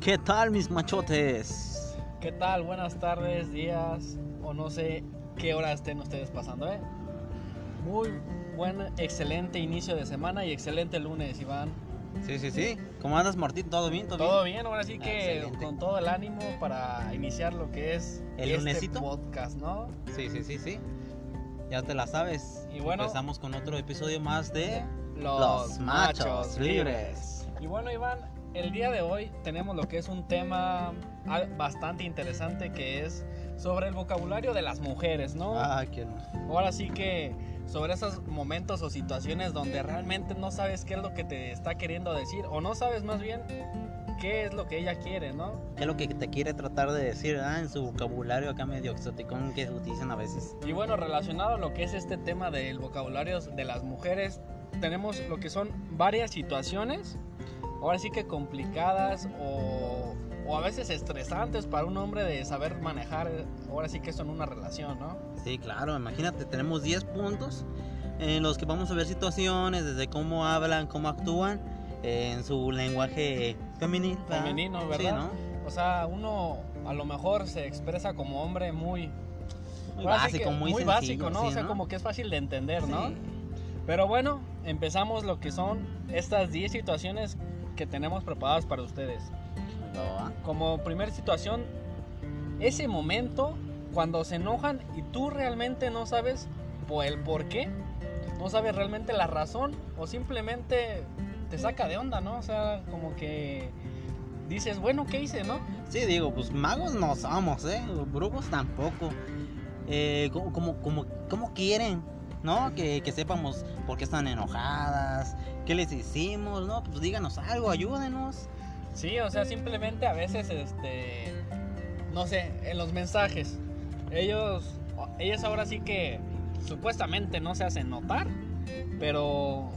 ¿Qué tal mis machotes? ¿Qué tal? Buenas tardes, días o no sé qué hora estén ustedes pasando, ¿eh? Muy buen, excelente inicio de semana y excelente lunes, Iván. Sí, sí, sí. ¿Cómo andas, Martín? ¿Todo bien? ¿Todo, Todo bien, ahora sí que Excelente. con todo el ánimo para iniciar lo que es ¿El este lunesito? podcast, ¿no? Sí, sí, sí, sí. Ya te la sabes. Y bueno- Empezamos con otro episodio más de... Los machos libres. Y bueno, Iván, el día de hoy tenemos lo que es un tema al- bastante interesante que es sobre el vocabulario de las mujeres, ¿no? Ah, quién no. Ahora sí que sobre esos momentos o situaciones donde realmente no sabes qué es lo que te está queriendo decir o no sabes más bien qué es lo que ella quiere, ¿no? ¿Qué es lo que te quiere tratar de decir ah, en su vocabulario acá medio exoticón que utilizan a veces? Y bueno, relacionado a lo que es este tema del vocabulario de las mujeres, tenemos lo que son varias situaciones, ahora sí que complicadas o, o a veces estresantes para un hombre de saber manejar, ahora sí que son una relación, ¿no? Sí, claro. Imagínate, tenemos 10 puntos en los que vamos a ver situaciones, desde cómo hablan, cómo actúan, eh, en su lenguaje femenil. ¿verdad? Femenino, Sí, ¿verdad? ¿no? O sea, uno a lo mejor se expresa como hombre muy Muy Ahora sí básico, que muy, sencillo, básico, ¿no? sí, o sea, ¿no? como que es fácil de entender, ¿no? Sí. Pero bueno, empezamos lo que son estas 10 situaciones que tenemos preparadas para ustedes. No, Como primer situación, ese momento cuando se enojan y tú realmente no sabes por el por qué, no sabes realmente la razón o simplemente te saca de onda, ¿no? O sea, como que dices, bueno, ¿qué hice, no? Sí, digo, pues magos no somos, ¿eh? Brujos tampoco. Eh, como, como, como, como quieren, ¿no? Que, que sepamos por qué están enojadas, qué les hicimos, ¿no? Pues díganos algo, ayúdenos. Sí, o sea, simplemente a veces, este, no sé, en los mensajes, ellos, ellos ahora sí que supuestamente no se hacen notar, pero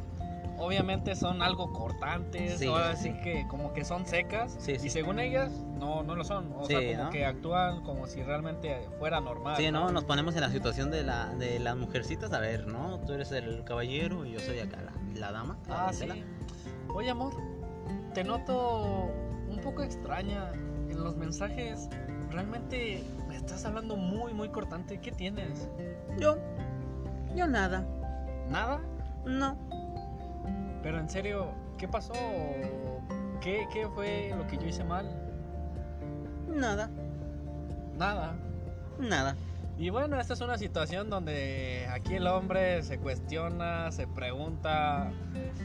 obviamente son algo cortantes, Sí, ahora sí, sí sí. que como que son secas, Sí, sí. y según ellas, no, no lo son, o Sí, sea, como ¿no? que actúan como si realmente fuera normal. Sí, ¿no? Nos ponemos en la situación de, la, de las mujercitas. A ver, ¿no? Tú eres el caballero y yo soy acá la, la dama. la Ah, sí. damisela. Oye, amor, te noto un poco extraña en los mensajes. Realmente me estás hablando muy, muy cortante. ¿Qué tienes? Yo, yo nada. ¿Nada? No, Pero en serio, ¿qué pasó? ¿Qué, qué fue lo que yo hice mal? nada, Nada. nada. Y bueno, esta es una situación donde aquí el hombre se cuestiona, se pregunta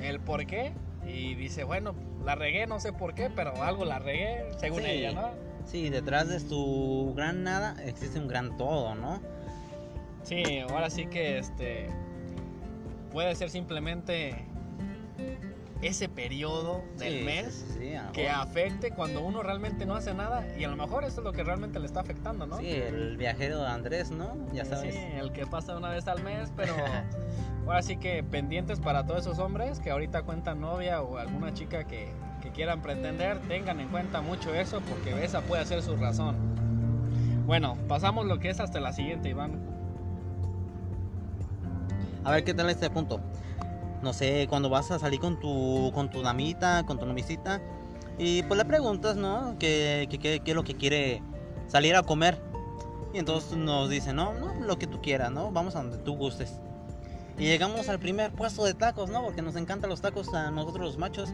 el por qué y dice, bueno, la regué, no sé por qué, pero algo la regué, según Sí. ella, ¿no? Sí, detrás de tu gran nada existe un gran todo, ¿no? Sí, ahora sí que este puede ser simplemente ese periodo del Sí, mes sí, sí, a lo que mejor. afecte cuando uno realmente no hace nada y a lo mejor eso es lo que realmente le está afectando, ¿no? Sí, el viajero Andrés, ¿no? Ya sabes. Sí, el que pasa una vez al mes, pero ahora sí que pendientes para todos esos hombres que ahorita cuentan novia o alguna chica que, que quieran pretender, tengan en cuenta mucho eso porque esa puede ser su razón. Bueno, pasamos lo que es hasta la siguiente, Iván. A ver, ¿qué tal este punto? No sé, cuando vas a salir con tu, con tu damita, con tu nomisita, y pues le preguntas, ¿no? ¿Qué, qué, qué- qué es lo que quiere salir a comer? Y entonces nos dice, no, no, lo que tú quieras, ¿no? Vamos a donde tú gustes. Y llegamos al primer puesto de tacos, ¿no? Porque nos encantan los tacos a nosotros los machos.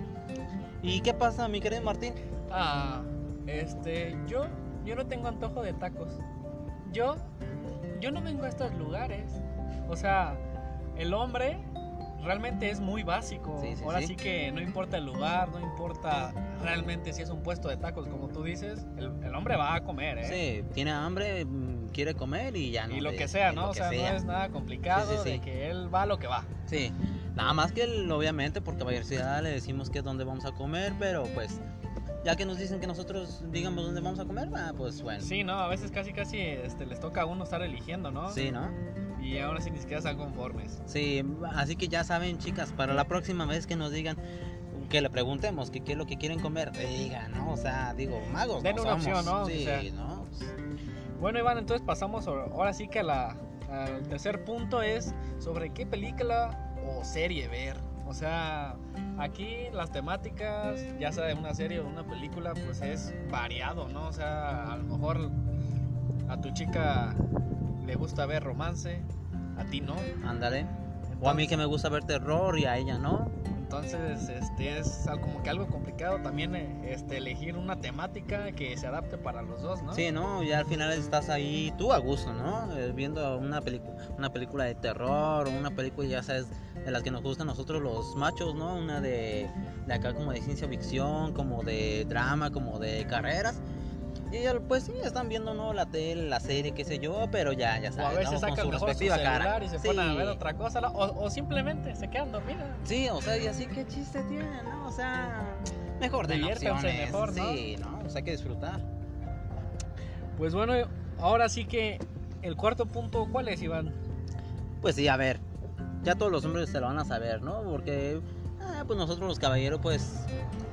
¿Y qué pasa, mi querido Martín? Ah, este, yo, yo no tengo antojo de tacos. Yo, yo no vengo a estos lugares. O sea, el hombre realmente es muy básico. Sí, sí, Ahora sí. sí. que no importa el lugar, no importa realmente si es un puesto de tacos, como tú dices, el, el hombre va a comer, ¿eh? Sí, tiene hambre, mm, quiere comer y ya no. Y lo le- que sea, y ¿no? lo O que sea, sea. no es nada complicado Sí, sí, sí. de que él va a lo que va. Sí, nada más que el- obviamente por caballerosidad le decimos que es donde vamos a comer, pero pues ya que nos dicen que nosotros digamos dónde vamos a comer, ah, pues bueno. Sí, ¿no? A veces casi, casi este, les toca a uno estar eligiendo, ¿no? Sí, ¿no? Y ahora sí ni siquiera están conformes. Sí, así que ya saben chicas, para la próxima vez que nos digan, que le preguntemos que qué es lo que quieren comer, eh, digan, ¿no? O sea, digo, magos. Den no una somos. opción, ¿no? Sí, O sea. ¿no? Pues, Bueno, Iván, entonces pasamos sobre- ahora sí que a la- al tercer punto es sobre qué película o serie ver. O sea, aquí las temáticas, ya sea de una serie o una película, pues es variado, ¿no? O sea, a lo mejor a tu chica le gusta ver romance, a ti no. Ándale. O a mí que me gusta ver terror y a ella no. Entonces, este es al- como que algo complicado también eh, este, elegir una temática que se adapte para los dos, ¿no? Sí, ¿no? Ya al final estás ahí tú a gusto, ¿no? Eh, Viendo una, pelicu- una película de terror o una película, ya sabes, de las que nos gustan a nosotros los machos, ¿no? Una de, de acá como de ciencia ficción, como de drama, como de carreras. Y ya, pues sí, están viendo, ¿no? La tele, la serie, qué sé yo, pero ya, ya O a sabes, ¿no? veces sacan mejor su celular y se Sí. ponen a ver otra cosa, ¿no? o, o simplemente se quedan dormidas. Sí, o sea, y así qué chiste tiene, ¿no? O sea, mejor de Diviértanse mejor, ¿no? Sí, ¿no? O sea, hay que disfrutar. Pues bueno, ahora sí que el cuarto punto, ¿cuál es, Iván? Pues sí, a ver. Ya todos los hombres se lo van a saber, ¿no? Porque ah, pues nosotros los caballeros pues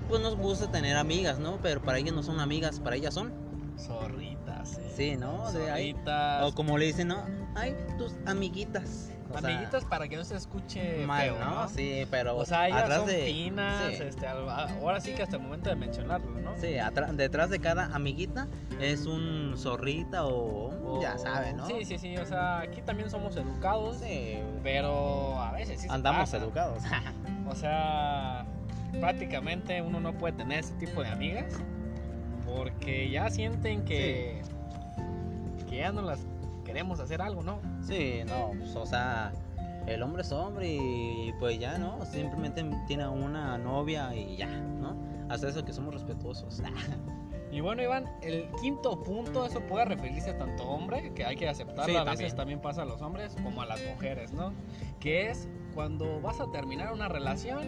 pues nos gusta tener amigas, ¿no? Pero para ellas no son amigas, para ellas son. Zorritas. eh. Sí, ¿no? De ahí- Zorritas. o como le dicen, ¿no? Ay, tus amiguitas. O sea, Amiguitas para que no se escuche mal, eh, feo, ¿no? ¿no? Sí, pero O sea, ellas atrás son de finas, sí. este, al- ahora sí que hasta el momento de mencionarlo, ¿no? Sí, atra- detrás de cada amiguita es un zorrita o, O- ya sabes, ¿no? Sí, sí, sí, o sea, aquí también somos educados, Sí, pero a veces sí se andamos pasa. educados. O sea, prácticamente uno no puede tener ese tipo de amigas porque ya sienten que, que ya no las queremos hacer algo, ¿no? Sí, no, pues, o sea, el hombre es hombre y pues ya, ¿no? Simplemente tiene una novia y ya, ¿no? Hasta eso que somos respetuosos. Y bueno, Iván, el quinto punto, eso puede referirse a tanto hombre, que hay que aceptarlo, Sí, a también. veces también pasa a los hombres, como a las mujeres, ¿no? Que es cuando vas a terminar una relación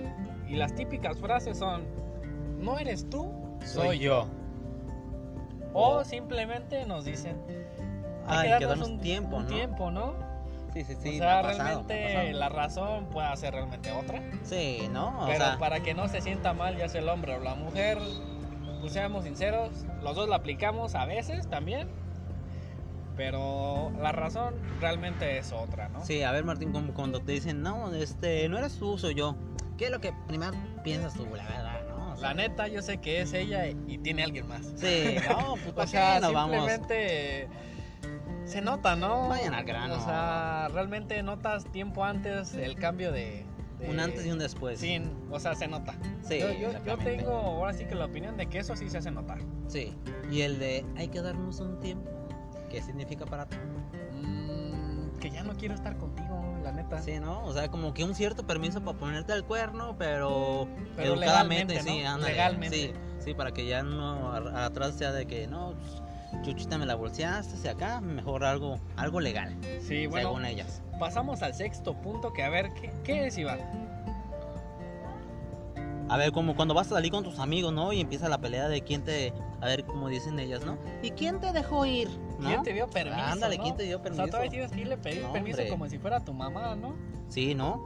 y las típicas frases son, no eres tú, soy, yo. O Oh. simplemente nos dicen, hay Ay, que que darnos darnos un- tiempo, un ¿no? tiempo, ¿no? Sí, sí, sí. o me sea, ha pasado, me ha realmente pasado. la razón puede ser realmente otra. Sí, ¿no? O pero sea, para que no se sienta mal, ya sea el hombre o la mujer, pues seamos sinceros, los dos la aplicamos a veces también. Pero la razón realmente es otra, ¿no? sí, a ver, Martín, como cuando te dicen, no, este, no eres tú, soy yo. ¿Qué es lo que primero piensas tú, la verdad, no? O sea, La neta, yo sé que es ella y tiene alguien más. Sí, no, pues O ¿para sea, qué nos vamos? simplemente se nota, ¿no? Vayan al grano. O sea, realmente notas tiempo antes el cambio de. de- Un antes y un después. Sí, o sea, se nota. sí yo, yo- yo exactamente. tengo ahora sí que la opinión de que eso sí se hace notar. Sí, y el de hay que darnos un tiempo. ¿Qué significa para ti? Mm, que ya no quiero estar contigo, la neta. Sí, ¿no? O sea, como que un cierto permiso para ponerte al cuerno, pero, Pero educadamente, legalmente, sí, ¿no? ándale, Legalmente. Sí, sí, para que ya no a- atrás sea de que no, pues, chuchita me la bolseaste hacia acá, mejor algo, algo legal, Sí, bueno, según ellas. pasamos al sexto punto que a ver, ¿qué, qué es Iván? A ver, como cuando vas a salir con tus amigos, ¿no? Y empieza la pelea de quién te, a ver, como dicen ellas, ¿no? ¿Y quién te dejó ir? ¿No? ¿Quién te dio permiso? Ándale, no? ¿quién te dio permiso? O sea, todavía tienes que irle a pedir No, permiso hombre. como si fuera tu mamá, ¿no? Sí, ¿no?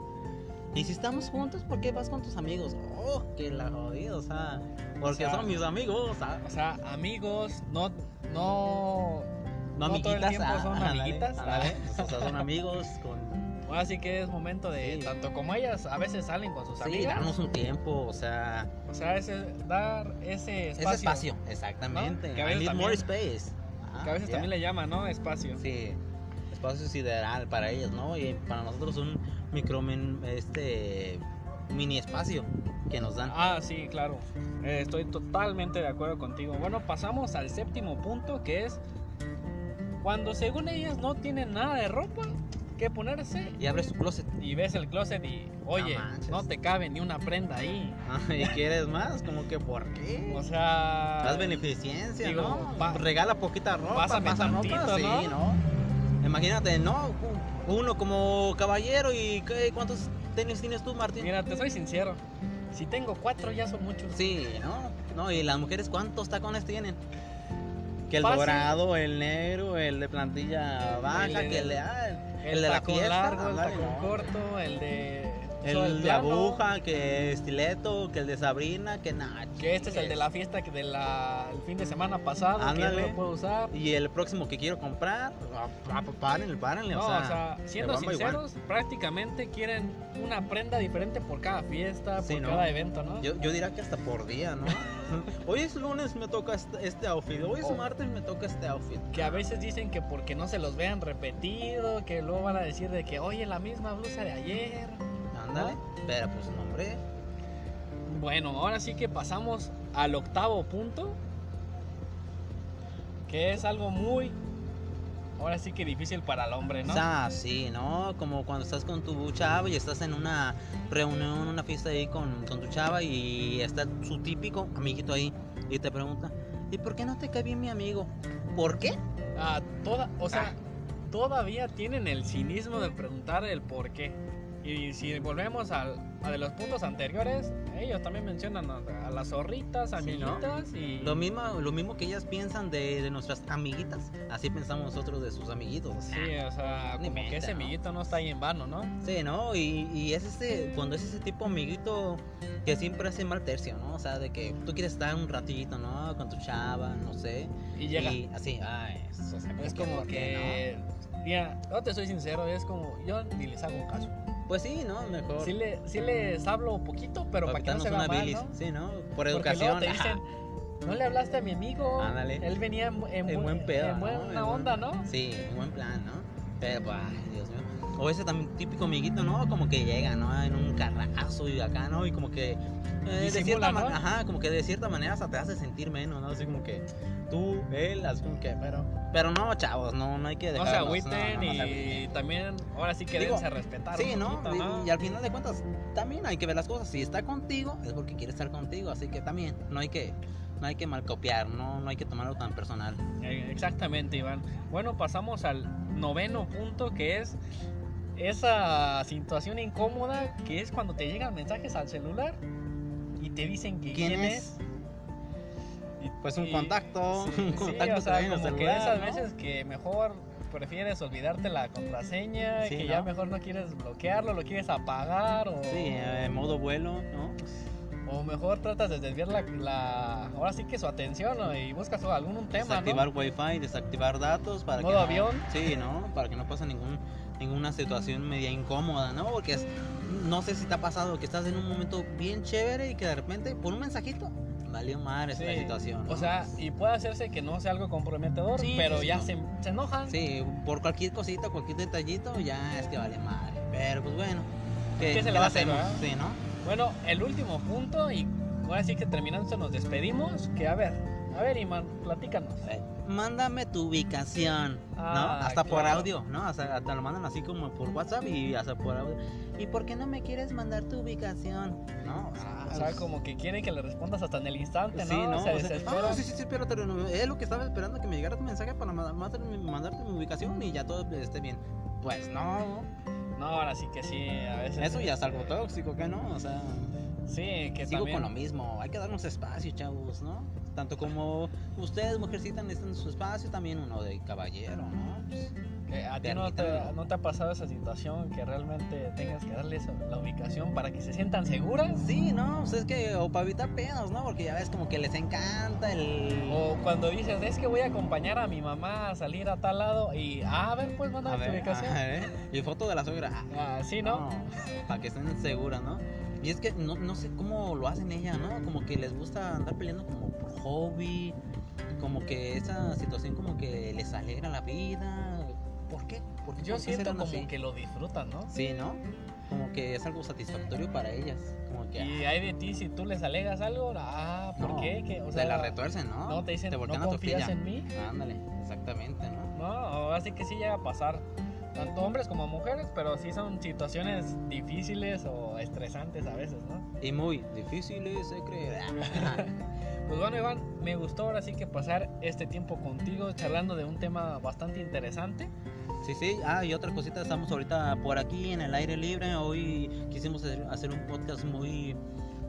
Y si estamos juntos, ¿por qué vas con tus amigos? Oh, que la jodida, o sea, porque O sea, son mis amigos, ah, o sea, O sea, amigos, no, no. no, no todo el amiguitas. tiempo ah, son ándale, amiguitas, ándale, ah. pues, o sea, son amigos con... Ahora sí que es momento de, Sí. tanto como ellas a veces salen con sus sí, amigas. darnos un tiempo, o sea, O sea, ese, dar ese espacio. ese espacio, exactamente. ¿No? Que a I veces need también- more space. Ah, Que a veces también le llaman, ¿no? Espacio. Sí, espacio sideral para ellos, ¿no? Y para nosotros un micro, men- este, mini espacio que nos dan. Ah, sí, claro. Eh, estoy totalmente de acuerdo contigo. Bueno, pasamos al séptimo punto que es cuando según ellas no tienen nada de ropa que ponerse Y abres tu closet. y ves el closet y oye, No manches. no, te cabe ni una prenda ahí. Ah, ¿Y quieres más? Como que, ¿por qué? O sea, Haz beneficencia, Digo, ¿no? pa- Regala poquita ropa, pásame pasa tantito, ropa, sí, ¿no? Imagínate, ¿no? Uno como caballero y ¿qué? ¿cuántos tenis tienes tú, Martín? mira, te soy sincero. Si tengo cuatro ya son muchos. Sí, ¿no? No, y las mujeres cuántos tacones tienen? Que el Fácil. dorado, el negro, el de plantilla baja, El de- que el de ah, el- El, el de la tacón fiesta, largo, el ándale, tacón no. corto, el de Eso El es de plano. aguja, que estileto, que el de Sabrina, que nada. Que este es el de la fiesta que de la, el fin de semana pasado, que ya no Ándale. lo puedo usar. Y el próximo que quiero comprar, ah, ah, párenle, párenle. No, o sea, siendo van by one. sinceros, prácticamente quieren una prenda diferente por cada fiesta, Sí, por ¿no? cada evento, ¿no? Yo, yo diría que hasta por día, ¿no? hoy es lunes, me toca este, este outfit. Hoy es Oh. martes, me toca este outfit. Que a veces dicen que porque no se los vean repetido, que luego van a decir de que, oye, la misma blusa de ayer. Ándale. Oh. Pero pues, no, hombre. Bueno, ahora sí que pasamos al octavo punto, que es algo muy, ahora sí que difícil para el hombre, ¿no? O sea, sí, ¿no? Como cuando estás con tu chava y estás en una reunión, una fiesta ahí con, con tu chava y está su típico amiguito ahí y te pregunta, ¿y por qué no te cae bien mi amigo? ¿Por qué? Ah, toda, o sea, Ah. todavía tienen el cinismo de preguntar el por qué. Y si volvemos al, a de los puntos anteriores, ellos también mencionan a, a las zorritas, Sí, ¿no? amiguitas y... Lo mismo, lo mismo que ellas piensan de, de nuestras amiguitas, así pensamos nosotros de sus amiguitos. o sea, Sí, o sea, Ah, Ni como meta, que ese ¿no? amiguito no está ahí en vano, ¿no? Sí, ¿no? Y, y es ese, cuando es ese tipo amiguito que siempre hace mal tercio, ¿no? O sea, de que tú quieres estar un ratito, ¿no? Con tu chava, no sé. Y llega... Y así, ay, o sea, es ¿por como qué que... Mira, no te soy sincero, es como... Yo ni les hago caso. no? Pues sí, ¿no? Mejor. Sí, le, sí les hablo poquito, pero para que no quitarnos se vea una mal, bilis. ¿no? Sí, ¿no? Por Porque luego educación. te dicen, no le hablaste a mi amigo. Ándale. Él venía en, en En bu- buen pedo, En ¿no? buena En buen- onda, ¿no? Sí, un buen plan, ¿no? Pero, pues, ay, Dios mío. O ese también típico amiguito, ¿no? Como que llega, ¿no? En un carrazo y acá, ¿no? Y como que. eh, de Disimula, cierta ¿no? manera, ajá, como que de cierta manera hasta te hace sentir menos, ¿no? Así como que tú, él, así como que, pero. Pero no, chavos, no, no hay que No dejarnos. se agüiten no, no, no y se agüiten. también ahora sí que Digo, dense a respetar. Sí, un ¿no? poquito, Y, y al final de cuentas, también hay que ver las cosas. Si está contigo, es porque quiere estar contigo. Así que también, no hay que, no hay que mal copiar, no, no hay que tomarlo tan personal. Eh, Exactamente, Iván. Bueno, pasamos al noveno punto que es esa situación incómoda que es cuando te llegan mensajes al celular y te dicen que ¿Quién quién, es? Y- Pues un y- contacto, Sí, un sí, contacto o sea, también en el como que celular, esas ¿no? veces que mejor prefieres olvidarte la contraseña, Sí, que ¿no? ya mejor no quieres bloquearlo, lo quieres apagar o, Sí, eh, modo vuelo, ¿no? o mejor tratas de desviar la, la- ahora sí que su atención ¿no? y buscas algún un tema, desactivar ¿no? wifi, desactivar datos para Modo que no- avión. sí, ¿no? Para que no pase ningún ninguna situación media incómoda, ¿no? Porque es, no sé si te ha pasado que estás en un momento bien chévere y que de repente por un mensajito valió madre esta Sí, situación. ¿no? O sea, y puede hacerse que no sea algo comprometedor, Sí, pero sí, ya no. se, se enojan. sí, por cualquier cosita, cualquier detallito ya es que vale madre. Pero pues bueno, ¿Qué se le va a hacer, ah? verdad? Sí, ¿no? Bueno, el último punto y ahora sí que terminando nos despedimos, que a ver, a ver Iman, platícanos. Eh, Mándame tu ubicación, Ah, ¿no? Hasta por claro. audio, ¿no? Hasta, hasta lo mandan así como por WhatsApp y hasta por audio. ¿Y por qué no me quieres mandar tu ubicación? ¿No? Ah, O sea, pues, como que quieren que le respondas hasta en el instante, ¿no? Sí, ¿no? Se O sea, desesperan. ah, sí, sí, sí, pero te lo- es lo que estaba esperando que me llegara tu mensaje para ma- ma- mandarte mi ubicación y ya todo esté bien. Pues no, No, ahora sí que sí, a veces. eso ya es este, algo tóxico, ¿qué no? O sea, Sí, que sigo con también. lo mismo, hay que darnos espacio, chavos, ¿no? Tanto como ustedes, mujercitas, necesitan su espacio, también uno de caballero, ¿no? Pues, que a ti no te, Permítanmelo. no te ha pasado esa situación que realmente tengas que darles la ubicación para que se sientan seguras. Sí, no, pues es que, o para evitar pedos, ¿no? Porque ya ves como que les encanta el... O cuando dices, es que voy a acompañar a mi mamá a salir a tal lado y, ah, a ver, pues manda A tu ver, ubicación. ajá, ¿eh? Y foto de la suegra. Ah, sí, ¿no? para que estén seguras, ¿no? Y es que no, no sé cómo lo hacen ella, ¿no? Como que les gusta andar peleando como por hobby, como que esa situación como que les alegra la vida. ¿Por qué? ¿Por qué Yo por qué siento serán como así? que lo disfrutan, ¿no? Sí, ¿no? Como que es algo satisfactorio para ellas. Como que... Y hay de ti, si tú les alegas algo, ah, ¿por No, qué? Que, o se sea, la retuercen, ¿no? No, te dicen, no voltean la confías tortilla. en mí. Ándale, exactamente, ¿no? No, ahora sí que sí llega a pasar. Tanto hombres como mujeres, pero sí son situaciones difíciles o estresantes a veces, ¿no? Y muy difíciles de creer. Pues bueno, Iván, me gustó ahora sí que pasar este tiempo contigo charlando de un tema bastante interesante. Sí, sí. Ah, y otra cosita, estamos ahorita por aquí en el aire libre. Hoy quisimos hacer, hacer un podcast muy,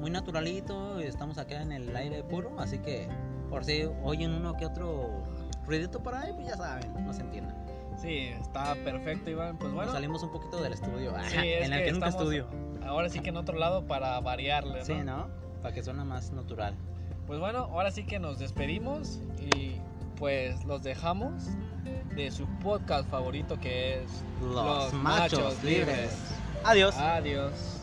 muy naturalito. Estamos acá en el aire puro, así que por si oyen uno que otro ruidito por ahí, pues ya saben, no se entiendan. Sí, está perfecto, Iván. Pues bueno, Nos salimos un poquito del estudio, Sí, es en el que, que nunca estamos- estudio. ahora sí que en otro lado para variarle, ¿no? Sí, ¿no? Para que suene más natural. Pues bueno, ahora sí que nos despedimos y pues los dejamos de su podcast favorito que es Los, machos, libres. Adiós. Adiós.